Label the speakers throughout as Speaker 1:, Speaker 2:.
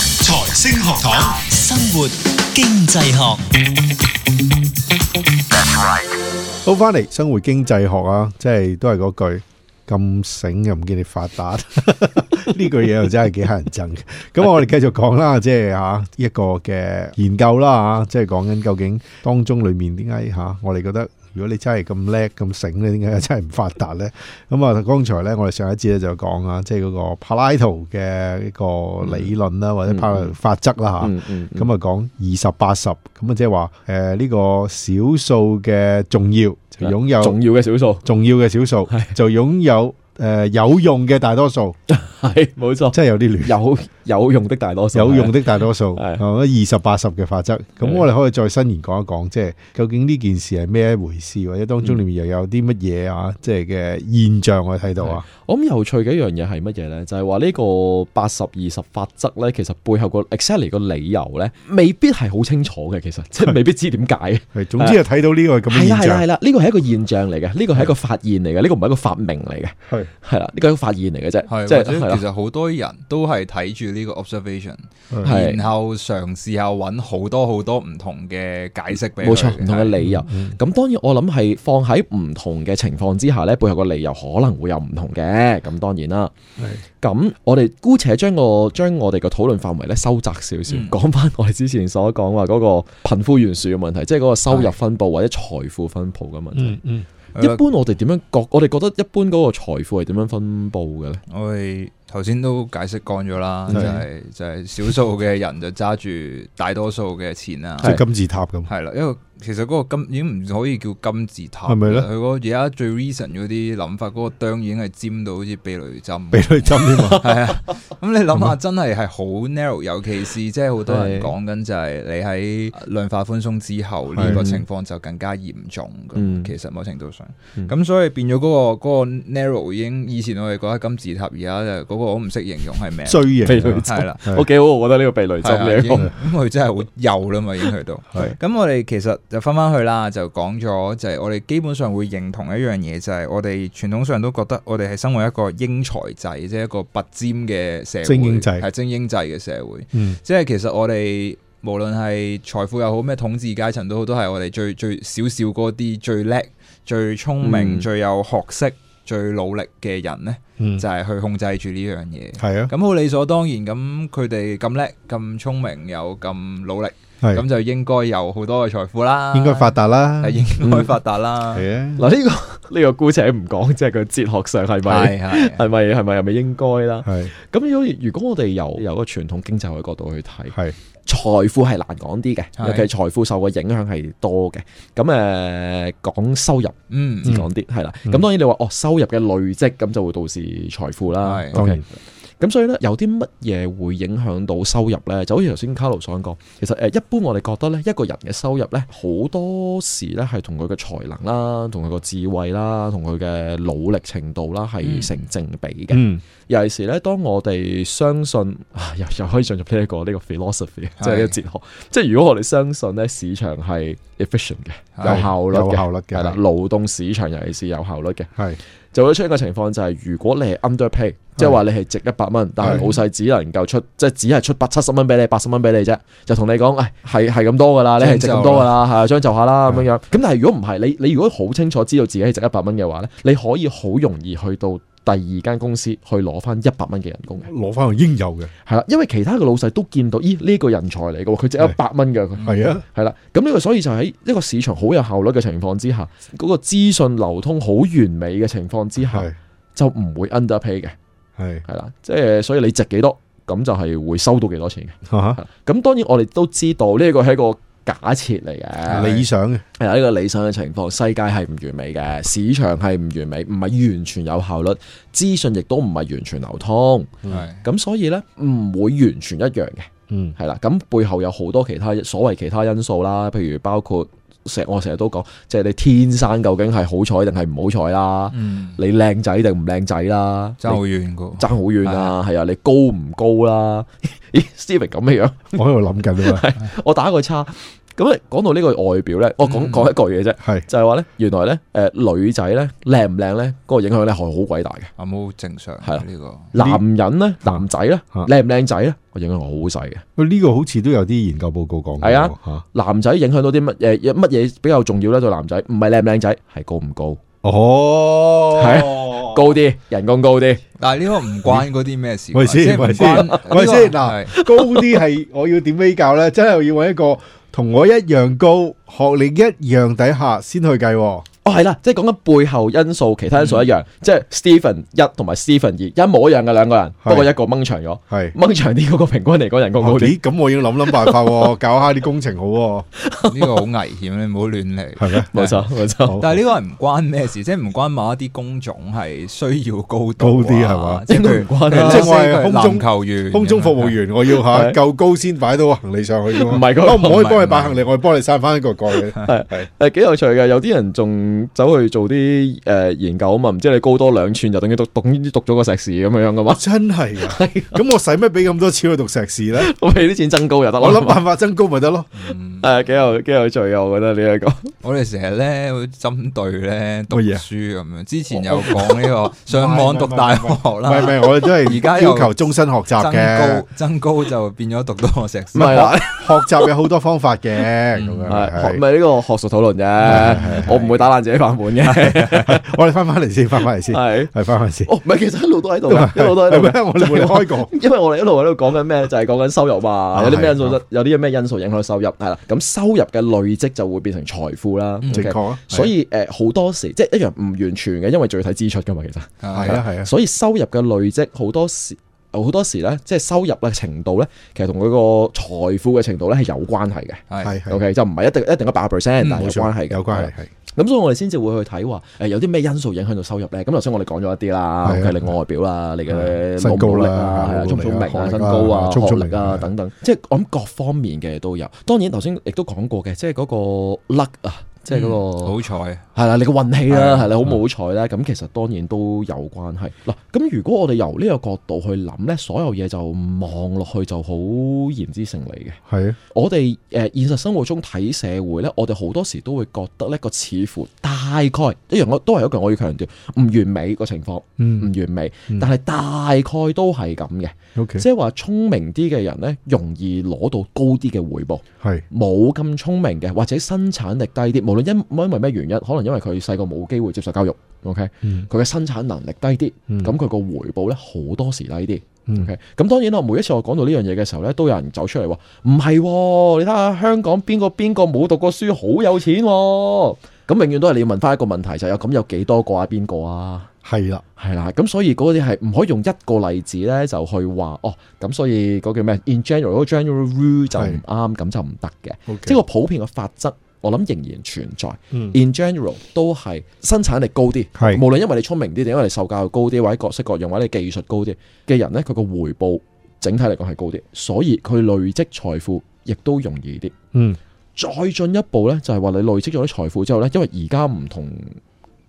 Speaker 1: 星學堂，
Speaker 2: 生活經濟學，
Speaker 3: 好翻嚟生活經濟學啊，即係都係嗰句咁醒又唔見你發達，呢句嘢又真係幾乞人憎嘅。咁我哋繼續講啦，即係吓一個嘅研究啦吓，即係講緊究竟當中裏面點解吓我哋覺得。如果你真係咁叻咁醒咧，點解真係唔發達咧？咁啊，剛才咧我哋上一節咧就講啊，即係嗰個柏拉圖嘅一個理論啦，或者柏拉圖法則啦吓。
Speaker 4: 嗯嗯
Speaker 3: 咁啊講二十八十，咁啊即係話誒呢個少數嘅重要就擁有
Speaker 4: 重要嘅少數
Speaker 3: 重要嘅少 數，就擁有誒、呃有用嘅大多數，
Speaker 4: 係冇錯，
Speaker 3: 真係有啲亂。
Speaker 4: 哦有有用的大多數
Speaker 3: 有用的大多數， 哦
Speaker 4: 係
Speaker 3: 二十八十嘅法則，咁
Speaker 4: 係
Speaker 3: 我哋可以再伸延講一講，即係究竟呢件事係咩一回事，或者當中裏面又有啲乜嘢啊，
Speaker 4: 嗯
Speaker 3: 即係嘅現象我哋睇到啊，
Speaker 4: 我諗有趣嘅一樣嘢係乜嘢呢？就係話呢個八十二十法則呢，其實背後個 exactly 個理由呢，未必係好清楚嘅，其實即係未必知點解。
Speaker 3: 係總之係睇到呢個係咁嘅
Speaker 4: 係啦
Speaker 3: 現
Speaker 4: 啊係啦係
Speaker 3: 象，
Speaker 4: 啦，呢個係一個現象嚟嘅，呢個係一個發現嚟嘅，呢個唔係一個發明嚟嘅，
Speaker 3: 係
Speaker 4: 係啦，呢個係一個發現嚟嘅啫，
Speaker 1: 係
Speaker 4: 即
Speaker 1: 或
Speaker 4: 係
Speaker 1: 者
Speaker 4: 係啊啦
Speaker 1: 其。實好多人都係睇住呢個 observation，
Speaker 3: 係
Speaker 4: 係
Speaker 1: 然後嘗試下揾好多好多唔同嘅解釋俾佢
Speaker 4: 冇錯，唔同嘅理由。
Speaker 3: 嗯
Speaker 4: 咁當然我諗係放喺唔同嘅情況之下呢，背後個理由可能會有唔同嘅。咁當然啦。咁我哋姑且將個將我哋個討論範圍咧收窄少少，
Speaker 1: 嗯
Speaker 4: 講翻我哋之前所講話嗰個貧富懸殊嘅問題，即係嗰個收入分佈或者財富分佈嘅問題。
Speaker 3: 嗯嗯
Speaker 1: 係
Speaker 4: 一般我哋點樣覺？我哋覺得一般嗰個財富係點樣分佈嘅咧？
Speaker 1: 我哋頭先都解釋乾咗啦，
Speaker 3: 係
Speaker 1: 就
Speaker 4: 嗯
Speaker 1: 係就係少數嘅人就揸住大多數嘅錢 啦，
Speaker 3: 即係金字塔咁，
Speaker 1: 係啦，因為其實嗰個金已經唔可以叫金字塔，
Speaker 3: 係咪咧
Speaker 1: 佢嗰個而家最 recent 嗰啲諗法，嗰個釘已經係尖到好似避雷針。
Speaker 3: 俾佢針添 嘛，
Speaker 1: 係啊，咁你諗下，真係係好 narrow，尤其是即係好多人
Speaker 4: 係
Speaker 1: 講緊就係你喺量化寬鬆之後呢
Speaker 3: 係
Speaker 1: 個情況就更加嚴重
Speaker 4: 嗯
Speaker 1: 咁。其實某程度上，
Speaker 4: 嗯
Speaker 1: 咁所以變咗嗰個嗰個 narrow 已經以前我哋覺得金字塔，而家就嗰個我唔識形容係咩，
Speaker 3: 衰
Speaker 4: 避
Speaker 3: 型
Speaker 4: 雷
Speaker 3: 啊
Speaker 1: 係啦。
Speaker 3: 係
Speaker 4: 我幾好，我覺得呢個避雷
Speaker 1: 係啊
Speaker 4: 針
Speaker 1: 已經
Speaker 4: 呢
Speaker 1: 咁佢真係好幼啦嘛，已經去到。
Speaker 3: 係
Speaker 1: 咁我哋其實就翻翻去啦，就講咗就係我哋基本上會認同一樣嘢，就係我哋傳統上都覺得我哋係生活一個英才制，即係一個拔尖嘅社會，
Speaker 3: 精英制
Speaker 1: 係精英制嘅社會。
Speaker 3: 嗯
Speaker 1: 即係其實我哋無論係財富又好，咩統治階層都好，都係我哋最最少少嗰啲最叻、最聰明、
Speaker 4: 嗯
Speaker 1: 最有學識、最努力嘅人呢，
Speaker 3: 嗯
Speaker 1: 就係去控制住呢樣嘢。
Speaker 3: 係啊
Speaker 1: 咁好理所當然，咁佢哋咁叻、咁聰明又咁努力，
Speaker 3: 係
Speaker 1: 咁就應該有好多嘅財富啦，
Speaker 3: 應該發達啦
Speaker 1: 係，應該發達啦，
Speaker 3: 係啊，
Speaker 4: 個嗱呢個呢個姑且唔講，即係佢哲學上係咪
Speaker 1: 係係
Speaker 4: 係咪係咪係咪應該啦？
Speaker 3: 係
Speaker 4: 咁如果如果我哋由由一個傳統經濟學嘅角度去睇。
Speaker 3: 係
Speaker 4: 嗯財富係難講啲嘅，
Speaker 1: 係
Speaker 4: 尤其係財富受嘅影響係多嘅。咁誒、呃、講收入
Speaker 1: 嗯
Speaker 4: 先講啲係啦。
Speaker 3: 嗯
Speaker 4: 咁、當然你話哦收入嘅累積咁就會導致財富啦
Speaker 1: 係。
Speaker 3: 當
Speaker 4: OK，
Speaker 3: 然
Speaker 4: 咁所以咧有啲乜嘢會影響到收入咧？就好似頭先卡路所講，其實誒、呃一般我哋覺得咧一個人嘅收入咧好多時咧係同佢嘅才能啦、同佢個智慧啦、同佢嘅努力程度啦
Speaker 1: 嗯
Speaker 4: 係成正比嘅。
Speaker 3: 嗯
Speaker 4: 尤其是咧，當我哋相信 啊，又又可以進入呢一個呢個 philosophy，即係呢個哲學。即係如果我哋相信咧，市場係 efficient 嘅，
Speaker 1: 係
Speaker 4: 有效率
Speaker 3: 有
Speaker 4: 嘅，
Speaker 3: 效率嘅
Speaker 4: 係啦，勞動市場尤其是有效率嘅，
Speaker 3: 係
Speaker 4: 就會出現一個情況就係、如果你係 underpay，即係話你係值一百蚊，但係老細只能夠出，即係只係出八七十蚊俾你，八十蚊俾你啫，就同你講，誒係係咁多噶啦，你係值咁多噶啦，係啊將就下啦咁樣樣。咁但係如果唔係，你你如果好清楚知道自己係值一百蚊嘅話咧，你可以好容易去到。第二間公司去攞翻一百蚊嘅人工嘅，
Speaker 3: 攞翻個應有嘅，
Speaker 4: 係啦，因為其他嘅老細都見到，咦呢、個人才嚟嘅喎，佢值一
Speaker 3: 係
Speaker 4: 百蚊嘅佢。
Speaker 3: 係啊，
Speaker 4: 係啦，咁呢個所以就喺一個市場好有效率嘅情況之下，嗰、個資訊流通好完美嘅情況之下，
Speaker 3: 係
Speaker 4: 就唔會 underpay 嘅，
Speaker 3: 係
Speaker 4: 係啦，即係所以你值幾多，咁就係會收到幾多錢嘅。
Speaker 3: 嚇
Speaker 4: 係啦咁當然我哋都知道呢個係一個假設嚟嘅，
Speaker 3: 理想嘅，
Speaker 4: 係啦，呢個理想嘅情況，世界係唔完美嘅，市場係唔完美，唔係完全有效率，資訊亦都唔係完全流通，
Speaker 1: 係
Speaker 4: 咁所以呢，唔會完全一樣嘅。
Speaker 3: 嗯
Speaker 4: 係啦，咁背後有好多其他所謂其他因素啦，譬如包括成我成日都講，即係你天生究竟係好彩定係唔好彩啦，
Speaker 1: 嗯，
Speaker 4: 你靚仔定唔靚仔啦，
Speaker 1: 爭好遠噶，
Speaker 4: 爭好遠啦，係啊，你高唔高啦？咦，Steven 咁嘅樣，
Speaker 3: à. 我喺度諗緊啊嘛，
Speaker 4: 我打個叉，咁咧講到呢個外表咧，我講
Speaker 1: 嗯
Speaker 4: 講一句嘢啫，
Speaker 3: 係
Speaker 4: 就係話咧，原來咧誒女仔咧靚唔靚咧，嗰個影響咧係好鬼大嘅。
Speaker 1: 啊冇正常
Speaker 4: 係啦
Speaker 1: 呢個。
Speaker 4: 男人咧，
Speaker 3: 嚇
Speaker 4: 男仔咧，
Speaker 3: 嚇
Speaker 4: 靚唔靚仔咧，個影響好細嘅。
Speaker 3: 喂呢個好似都有啲研究報告講過喎。
Speaker 4: 係啊
Speaker 3: 嚇，
Speaker 4: 男仔影響到啲乜嘢？有乜嘢比較重要咧？對男仔唔係靚唔靚仔，係高唔高，
Speaker 3: 哦，
Speaker 4: 係高啲，人工高啲。
Speaker 1: 但係呢個唔關嗰啲咩事喎，
Speaker 3: 喂先
Speaker 1: 即係唔
Speaker 3: 喂先
Speaker 1: 關
Speaker 3: 喂
Speaker 1: 呢個
Speaker 3: 先嗱
Speaker 1: 係
Speaker 3: 高啲係我要點比較咧？真係要揾一個同我一樣高、學歷一樣底下先去計喎。
Speaker 4: 哦，係啦，即係講緊背後因素，其他因素一樣，即係 Stephen 一同埋 Stephen 二一模一樣嘅兩個人，
Speaker 3: 係
Speaker 4: 不過一個掹 長咗，
Speaker 3: 係。
Speaker 4: 掹長啲嗰個平均嚟講人工高
Speaker 3: 哦咦，
Speaker 4: 啲。
Speaker 3: 咁我要諗諗辦法喎，搞下啲工程好喎，
Speaker 1: 呢個好危險，你唔好亂嚟。
Speaker 3: 係咩？
Speaker 4: 冇錯，冇錯。
Speaker 3: 好
Speaker 1: 但係呢個係唔關咩事，即係唔關某一啲工種係需要高度啊
Speaker 3: 高啲係嘛
Speaker 1: 即係譬如
Speaker 4: 應該唔關啦
Speaker 1: 即係我
Speaker 3: 即係
Speaker 1: 係
Speaker 3: 我係空中
Speaker 1: 籃球員、
Speaker 3: 空中服務員，我要吓
Speaker 4: 係
Speaker 3: 夠高先擺到行李上去噶嘛。
Speaker 4: 唔係嗰個
Speaker 3: 我唔可以幫
Speaker 1: 唔係
Speaker 3: 你擺行李，我幫你閂翻一個 蓋嘅。
Speaker 4: 誒幾有趣嘅，有啲人仲走去做啲誒、呃研究啊嘛，唔知你高多兩寸就 等於讀讀讀咗個碩士咁樣樣噶嘛，
Speaker 3: 真係啊！咁我使乜俾咁多錢去讀碩士咧？
Speaker 4: 我俾啲錢增高就得
Speaker 3: 我 諗
Speaker 4: 啦。
Speaker 3: 辦法增高咪得咯。
Speaker 4: 誒幾有幾有趣嘅，我覺得呢、一個
Speaker 1: 我哋成日咧會針對咧讀
Speaker 3: 乜嘢
Speaker 1: 書咁樣，之前有講呢個上網讀大學
Speaker 3: 唔係唔
Speaker 1: 啦，
Speaker 3: 係，我哋都係
Speaker 1: 而家又
Speaker 3: 要求終身學習
Speaker 1: 增
Speaker 3: 嘅
Speaker 1: 高。增高就變咗讀到我碩士
Speaker 4: 唔。係啦，
Speaker 3: 學習有好多方法嘅，咁樣
Speaker 4: 係學
Speaker 3: 係
Speaker 4: 唔係呢個學術討論啫，我唔會打爛自己飯 碗嘅，
Speaker 3: 我哋翻翻嚟先，翻翻嚟先，
Speaker 4: 係。
Speaker 3: 係翻翻嚟先。
Speaker 4: 哦，唔係，其實一路都喺度嘅，一路都喺 度
Speaker 3: 係
Speaker 4: 嘅
Speaker 3: 咩？我哋冇離開過。
Speaker 4: 因為我哋一路喺度講緊咩，就係講緊收入嘛，
Speaker 3: 啊
Speaker 4: 有啲咩因素
Speaker 3: 係，
Speaker 4: 有啲咩因素影響收入，係啦，咁收入嘅累積就會變成財富啦。
Speaker 1: 嗯
Speaker 4: OK
Speaker 3: 正確啊，
Speaker 4: 所以誒好、多時即係一樣唔完全嘅，因為仲要睇支出噶嘛，其實。
Speaker 3: 係啊係啊，
Speaker 4: 所以收入嘅累積好多時。好多時咧，即係收入嘅程度咧，其實同佢個財富嘅程度咧係有關係嘅。
Speaker 1: 係係
Speaker 3: 係係
Speaker 4: O K，就唔係一定一定一百 percent，
Speaker 1: 嗯
Speaker 4: 但係有
Speaker 3: 冇錯
Speaker 4: 關係嘅，
Speaker 3: 有關
Speaker 4: 係
Speaker 3: 係係
Speaker 4: 咁所以我哋先至會去睇話，誒有啲咩因素影響到收入咧？咁頭先我哋講咗一啲啦
Speaker 3: 係啊
Speaker 4: ，OK，你外表啦，你嘅
Speaker 3: 身高
Speaker 4: 努
Speaker 3: 啦
Speaker 4: 力啊，係
Speaker 3: 努
Speaker 4: 啊，
Speaker 3: 力
Speaker 4: 聰唔聰明
Speaker 3: 啊
Speaker 4: 啊，
Speaker 3: 學歷啊
Speaker 4: 身高啊，學
Speaker 3: 聰唔聰明
Speaker 4: 歷啊
Speaker 3: 啊
Speaker 4: 等等，即係我諗各方面嘅都有。當然頭先亦都講過嘅，即係嗰個 luck 啊，即係嗰個
Speaker 1: 嗯好彩，
Speaker 4: 係啦，你個運氣
Speaker 1: 係
Speaker 4: 啦，
Speaker 1: 啊
Speaker 4: 係啦，好唔好彩啦，咁其實當然都有關係。嗱，咁如果我哋由呢個角度去諗呢，所有嘢就望落去就好言之成理嘅。
Speaker 3: 係啊，
Speaker 4: 我哋誒、呃、現實生活中睇社會呢，我哋好多時都會覺得呢個似乎大概一樣，我都係一句我要強調，唔完美個情況，唔
Speaker 3: 嗯
Speaker 4: 完美，
Speaker 3: 嗯
Speaker 4: 但係大概都係咁嘅，
Speaker 3: ，OK，
Speaker 4: 即係話聰明啲嘅人呢，容易攞到高啲嘅回報。
Speaker 3: 係
Speaker 4: 冇咁聰明嘅，或者生產力低啲，無論因因為咩原因，可能因為佢細個冇機會接受教育，OK，
Speaker 3: 嗯
Speaker 4: 佢嘅生產能力低啲，
Speaker 3: 嗯
Speaker 4: 咁佢個回報呢好多時低啲
Speaker 3: 嗯
Speaker 4: ，OK。咁當然啦，每一次我講到呢樣嘢嘅時候呢，都有人走出嚟話唔係喎，你睇下香港邊個邊個冇讀過書好有錢喎，咁永遠都係你要問翻一個問題就係有咁有幾多個啊邊個啊？
Speaker 3: 係啦，
Speaker 4: 係啦，咁所以嗰啲係唔可以用一個例子咧就去話哦，咁所以嗰叫咩？In general，嗰個 general rule 就唔啱，咁就唔得嘅。即係個普遍嘅法則，我諗仍然存在。
Speaker 3: 嗯
Speaker 4: In general 都係生產力高啲，
Speaker 3: 係
Speaker 4: 無論因為你聰明啲，定因為你受教育高啲，或者各式各樣，或者你技術高啲嘅人咧，佢個回報整體嚟講係高啲，所以佢累積財富亦都容易啲。
Speaker 3: 嗯
Speaker 4: 再進一步咧，就係話你累積咗啲財富之後咧，因為而家唔同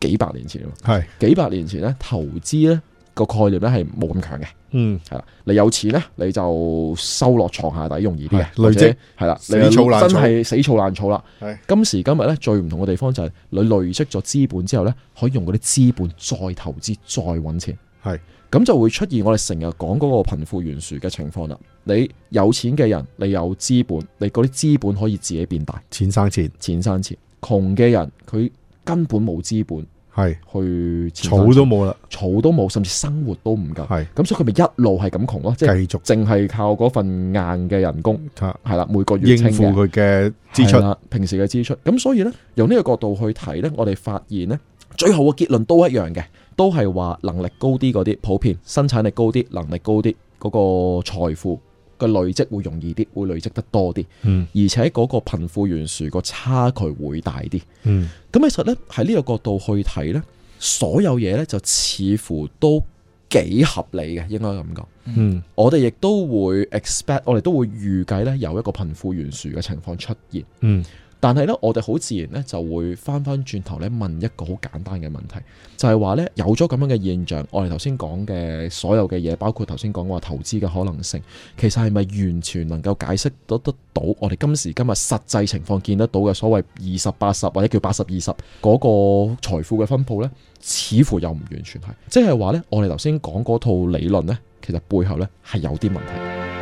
Speaker 4: 幾百年前啊嘛。
Speaker 3: 係
Speaker 4: 幾百年前咧，投資咧個概念咧係冇咁強嘅，
Speaker 3: 嗯
Speaker 4: 係啦。你有錢咧，你就收落床下底容易啲嘅
Speaker 3: 係，累積
Speaker 4: 或者係啦，
Speaker 3: 死
Speaker 4: 你
Speaker 3: 儲爛儲
Speaker 4: 真係死儲爛儲啦
Speaker 3: 係。
Speaker 4: 今時今日咧，最唔同嘅地方就係你累積咗資本之後咧，可以用嗰啲資本再投資再揾錢，
Speaker 3: 係
Speaker 4: 咁就會出現我哋成日講嗰個貧富懸殊嘅情況啦。你有錢嘅人，你有資本，你嗰啲資本可以自己變大，
Speaker 3: 錢生錢
Speaker 4: 錢生錢；窮嘅人佢根本冇資本
Speaker 3: 係
Speaker 4: 去錢生
Speaker 3: 草
Speaker 4: 錢
Speaker 3: 都冇啦，
Speaker 4: 儲都冇，甚至生活都唔夠。
Speaker 3: 係
Speaker 4: 咁所以佢咪一路係咁窮咯，即係
Speaker 3: 繼續
Speaker 4: 淨係靠嗰份硬嘅人工，
Speaker 3: 啊
Speaker 4: 係啦，每個月
Speaker 3: 應
Speaker 4: 清
Speaker 3: 付
Speaker 4: 嘅
Speaker 3: 佢嘅支出
Speaker 4: 係，啦，平時嘅支出。咁所以呢，由呢個角度去睇呢，我哋發現呢，最後嘅結論都一樣嘅，都係話能力高啲嗰啲，普遍生產力高啲，能力高啲，嗰個財富嘅累積會容易啲，會累積得多啲，
Speaker 3: 嗯
Speaker 4: 而且嗰個貧富懸殊個差距會大啲。
Speaker 3: 嗯
Speaker 4: 咁其實咧喺呢個角度去睇咧，所有嘢咧就似乎都幾合理嘅，應該咁講。
Speaker 3: 嗯
Speaker 4: 我哋亦都會 expect，我哋都會預計咧有一個貧富懸殊嘅情況出現，
Speaker 3: 嗯，
Speaker 4: 但係咧，我哋好自然咧就會翻翻轉頭咧問一個好簡單嘅問題，就係話咧有咗咁樣嘅現象，我哋頭先講嘅所有嘅嘢，包括頭先講話投資嘅可能性，其實係咪完全能夠解釋得得到我哋今時今日實際情況見得到嘅所謂二十八十或者叫八十二十嗰個財富嘅分佈呢？似乎又唔完全係，即係話呢，我哋頭先講嗰套理論呢，其實背後呢係有啲問題。